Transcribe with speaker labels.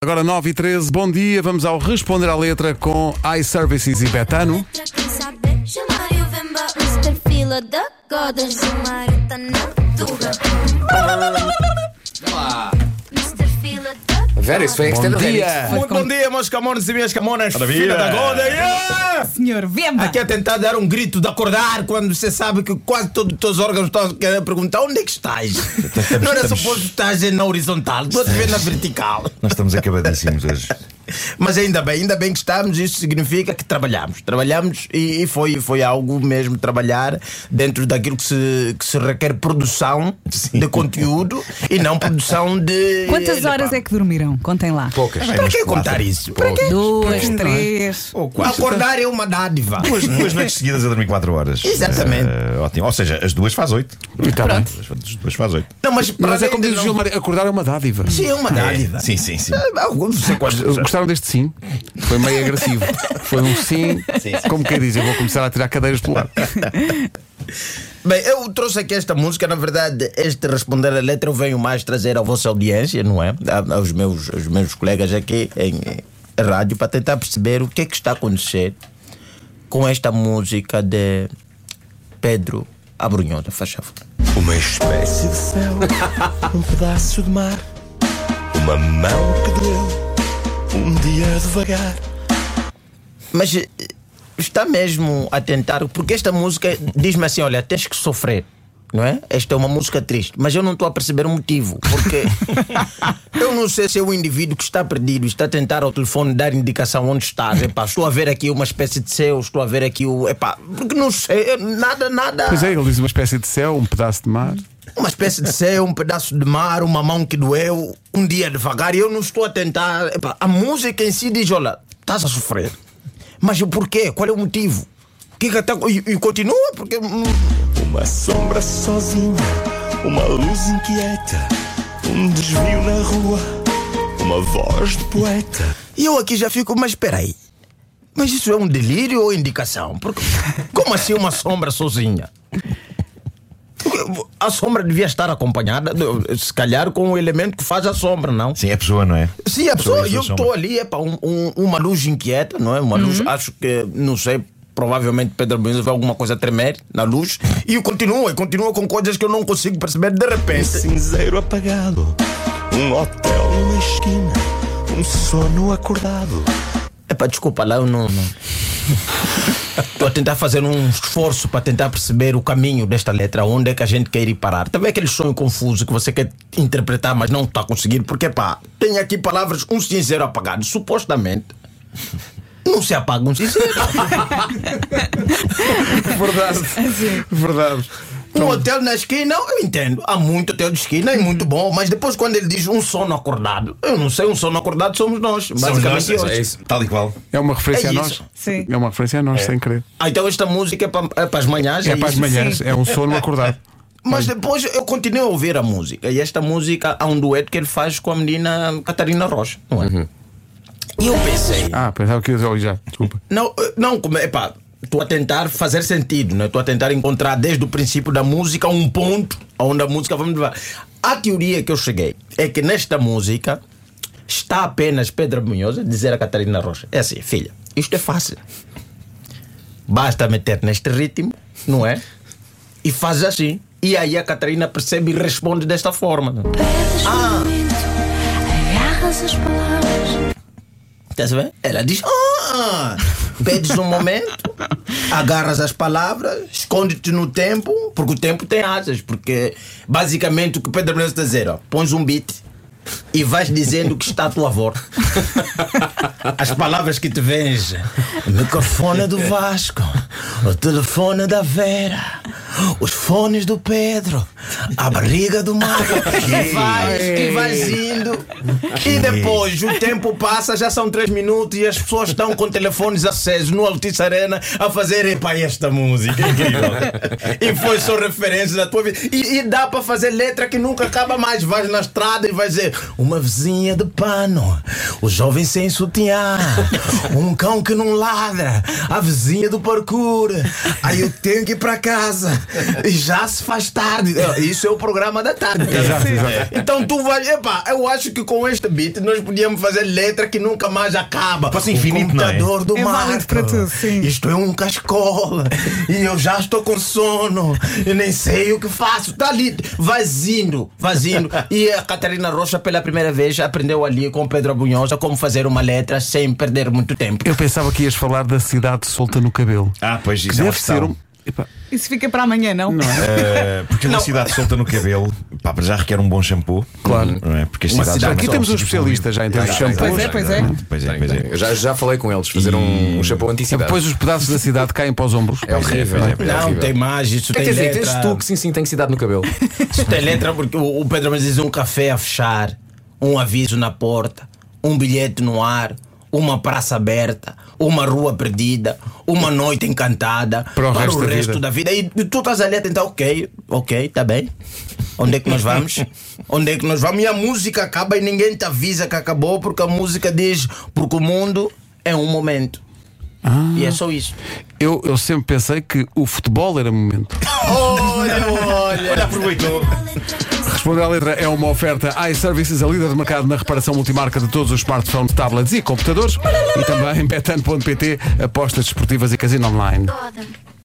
Speaker 1: Agora 9 e 13, bom dia, vamos ao Responder à Letra com iServices e Betano.
Speaker 2: Quem sabe, chamar eu vem para perfila da goda, chamar eu tá na tuga. Mr. Fila da
Speaker 3: Vera, isso foi
Speaker 1: Bom
Speaker 3: extended.
Speaker 1: dia!
Speaker 4: Muito bom dia, meus camões e minhas camonas. Filha da Goda. Yeah!
Speaker 5: Senhor, venda!
Speaker 4: Aqui a tentar dar um grito de acordar quando você sabe que quase todos os teus órgãos estão a querer perguntar onde é que estás. Não era suposto que estás na horizontal, estou a te ver na vertical.
Speaker 6: Nós estamos acabadíssimos hoje.
Speaker 4: Mas ainda bem, ainda bem que estamos, isso significa que trabalhamos. Trabalhamos e, e foi, foi algo mesmo trabalhar dentro daquilo que se, que se requer produção de conteúdo e não produção de.
Speaker 5: Quantas horas é que dormiram? Contem lá.
Speaker 6: Poucas.
Speaker 4: Para que contar isso?
Speaker 5: Duas, três.
Speaker 4: Acordar é uma dádiva.
Speaker 6: Duas, duas noites seguidas a dormir 4 horas.
Speaker 4: Exatamente.
Speaker 6: Eh, ótimo. Ou seja, as duas faz 8.
Speaker 1: Tá bem.
Speaker 6: As duas faz 8.
Speaker 4: Não, mas, para
Speaker 1: Mas é
Speaker 4: além
Speaker 1: como
Speaker 4: de
Speaker 1: diz o
Speaker 4: não-
Speaker 1: Gilmar, acordar é uma dádiva.
Speaker 4: Sim, é uma dádiva.
Speaker 6: Sim, sim, sim.
Speaker 4: Ah, Alguns sei quais.
Speaker 1: Gostaram deste sim? Foi meio agressivo. Foi um sim, como quem diz, eu vou começar a tirar cadeiras pelo ar.
Speaker 4: Bem, eu trouxe aqui esta música, na verdade, este responder a letra eu venho mais trazer à vossa audiência, não é? A- Aos meus, aos meus colegas aqui em eh, rádio para tentar perceber o que é que está a acontecer com esta música de Pedro Abrunhosa, faz favor.
Speaker 7: Uma espécie de céu, um pedaço de mar, uma mão que deu, um dia devagar.
Speaker 4: Mas eh, está mesmo a tentar, porque esta música diz-me assim: olha, tens que sofrer. Não é? Esta é uma música triste, mas eu não estou a perceber o motivo, porque eu não sei se é o indivíduo que está perdido, está a tentar ao telefone dar indicação onde estás. Epá, estou a ver aqui uma espécie de céu, estou a ver aqui o. Epá, porque não sei, nada, nada.
Speaker 1: Pois é, ele diz uma espécie de céu, um pedaço de mar.
Speaker 4: Uma espécie de céu, um pedaço de mar, uma mão que doeu, um dia devagar. E eu não estou a tentar. Epá, a música em si diz: olha, estás a sofrer. Mas o porquê? Qual é o motivo? O que que até- e, e continua, porque. hum,
Speaker 7: Uma sombra sozinha, uma luz inquieta, um desvio na rua, uma voz de poeta.
Speaker 4: E eu aqui já fico, mas espera aí. Mas isso é um delírio ou indicação? Porque, como assim uma sombra sozinha? Porque A sombra devia estar acompanhada, se calhar, com o elemento que faz a sombra, não?
Speaker 6: Sim, é pessoa, não é?
Speaker 4: Sim, a pessoa,
Speaker 6: Pessoa,
Speaker 4: eu
Speaker 6: pessoa.
Speaker 4: estou ali, é para uma luz inquieta, não é? Uma luz, acho que, não sei, provavelmente Pedro Benzo vê alguma coisa tremer na luz e continua, e continua com coisas que eu não consigo perceber de
Speaker 7: Um
Speaker 4: repente.
Speaker 7: cinzeiro apagado, um hotel numa esquina, um sono acordado.
Speaker 4: É para desculpa lá, eu não. Estou a tentar fazer um esforço para tentar perceber o caminho desta letra, onde é que a gente quer ir parar. Também aquele sonho confuso que você quer interpretar, mas não está conseguindo, porque pá, tem aqui palavras, um cinzeiro apagado, supostamente. Não se apaga um cinzeiro.
Speaker 1: Verdade. Verdade.
Speaker 4: Um hotel na esquina, eu entendo. Há muito hotel de esquina, é muito bom. Mas depois, quando ele diz um sono acordado, eu não sei, um sono acordado somos nós. Basicamente hoje.
Speaker 3: é isso.
Speaker 6: Tal e qual.
Speaker 1: É uma referência
Speaker 4: É
Speaker 1: a nós.
Speaker 4: isso.
Speaker 5: Sim.
Speaker 1: É uma referência a nós, sem querer.
Speaker 4: Ah, então esta música é para, as manhãs.
Speaker 1: É para as
Speaker 4: isso?
Speaker 1: manhãs, é um sono acordado.
Speaker 4: Mas depois eu continuo a ouvir a música. E esta música há um dueto que ele faz com a menina Catarina Rocha, não é? E eu pensei.
Speaker 1: Ah, pensava que ia dizer já, desculpa.
Speaker 4: Não, eh, não, como é, pá, estou a tentar fazer sentido, né? Estou a tentar encontrar desde o princípio da música um ponto onde a música vai me levar. A teoria que eu cheguei é que nesta música está apenas Pedro Munhoz a dizer a Catarina Rocha: é assim, filha, isto é fácil. Basta meter neste ritmo, não é? E faz assim. E aí a Catarina percebe e responde desta forma. né?
Speaker 2: Perdes o momento, agarras as palavras.
Speaker 4: Estás a ver? Ela diz: Ah! Pedes um momento, agarras as palavras, esconde-te no tempo, porque o tempo tem asas. Porque basicamente o que o Pedro Menezes está a dizer: ó, pões um beat e vais dizendo que está a tua avó. As palavras que te vens: microfone do Vasco, o telefone da Vera, os fones do Pedro, a barriga do Marco. E vais, e vais indo. E depois o tempo passa, já são três minutos e as pessoas estão com telefones acesos no Altice Arena a fazer epa esta música. Incrível. e foi só referência da tua vida. E, e dá para fazer letra que nunca acaba mais. Vais na estrada e vais dizer uma vizinha de pano, o jovem sem sutiã, um cão que não ladra, a vizinha do parkour. Aí eu tenho que ir para casa. E já se faz tarde. É, Isso é o programa da tarde.
Speaker 1: Exato, exato.
Speaker 4: Então tu vais. Epá, eu acho que com este beat nós podíamos fazer letra que nunca mais acaba.
Speaker 6: Passa infinito,
Speaker 4: o computador do
Speaker 5: É
Speaker 4: Marco.
Speaker 5: válido para tudo, sim.
Speaker 4: Isto é um cascola. e eu já estou com sono. Eu nem sei o que faço. Está ali vazio, vazio. E a Catarina Rocha, pela primeira vez, aprendeu ali com o Pedro Abunhosa como fazer uma letra sem perder muito tempo.
Speaker 1: Eu pensava que ias falar da cidade solta no cabelo.
Speaker 6: Ah, pois
Speaker 1: Que
Speaker 6: isso é uma
Speaker 1: deve ser
Speaker 6: questão.
Speaker 1: um. Epá,
Speaker 5: Isso fica para amanhã, não? Não é?
Speaker 6: Eh, porque uma
Speaker 4: Não.
Speaker 6: cidade solta no cabelo, pá, para já requer um bom shampoo.
Speaker 1: Claro.
Speaker 6: Não é? Porque as
Speaker 4: Uma
Speaker 6: cidades
Speaker 4: cidade-
Speaker 6: já
Speaker 1: Aqui
Speaker 6: não
Speaker 1: temos
Speaker 6: são
Speaker 1: um especialista já em termos de
Speaker 6: Já, já,
Speaker 1: shampoo.
Speaker 5: Pois é, pois é.
Speaker 6: Pois é, pois
Speaker 3: Eu
Speaker 6: é.
Speaker 3: já, já falei com eles, fazer um, um chapéu
Speaker 1: É,
Speaker 3: anti-cidade.
Speaker 1: Depois os pedaços da cidade caem para os ombros.
Speaker 3: É horrível.
Speaker 1: Não é?
Speaker 3: é
Speaker 4: Não,
Speaker 3: horrível.
Speaker 4: tem mais, isso
Speaker 3: É,
Speaker 4: tem
Speaker 3: quer dizer,
Speaker 4: letra.
Speaker 3: tens tu que sim, sim, tem cidade no cabelo.
Speaker 4: Isso tem letra Então porque o o Pedro Mendes diz um café a fechar, um aviso na porta, um bilhete no ar, uma praça aberta, uma rua perdida, uma noite encantada
Speaker 1: Para o resto
Speaker 4: o
Speaker 1: da
Speaker 4: resto
Speaker 1: vida.
Speaker 4: da vida. E tu estás a letra, então, ok, ok, tá bem. Onde é que nós vamos? Onde é que nós vamos? E a música acaba e ninguém te avisa que acabou porque a música diz porque o mundo é um momento.
Speaker 1: Ah.
Speaker 4: E é só isso.
Speaker 1: Eu, eu sempre pensei que o futebol era momento.
Speaker 4: Olha, olha.
Speaker 6: Olha, aproveitou.
Speaker 1: Responder à letra é uma oferta iServices, a líder de mercado na reparação multimarca de todos os smartphones, tablets e computadores. E também betano.pt, apostas desportivas e casino online.
Speaker 2: Bother.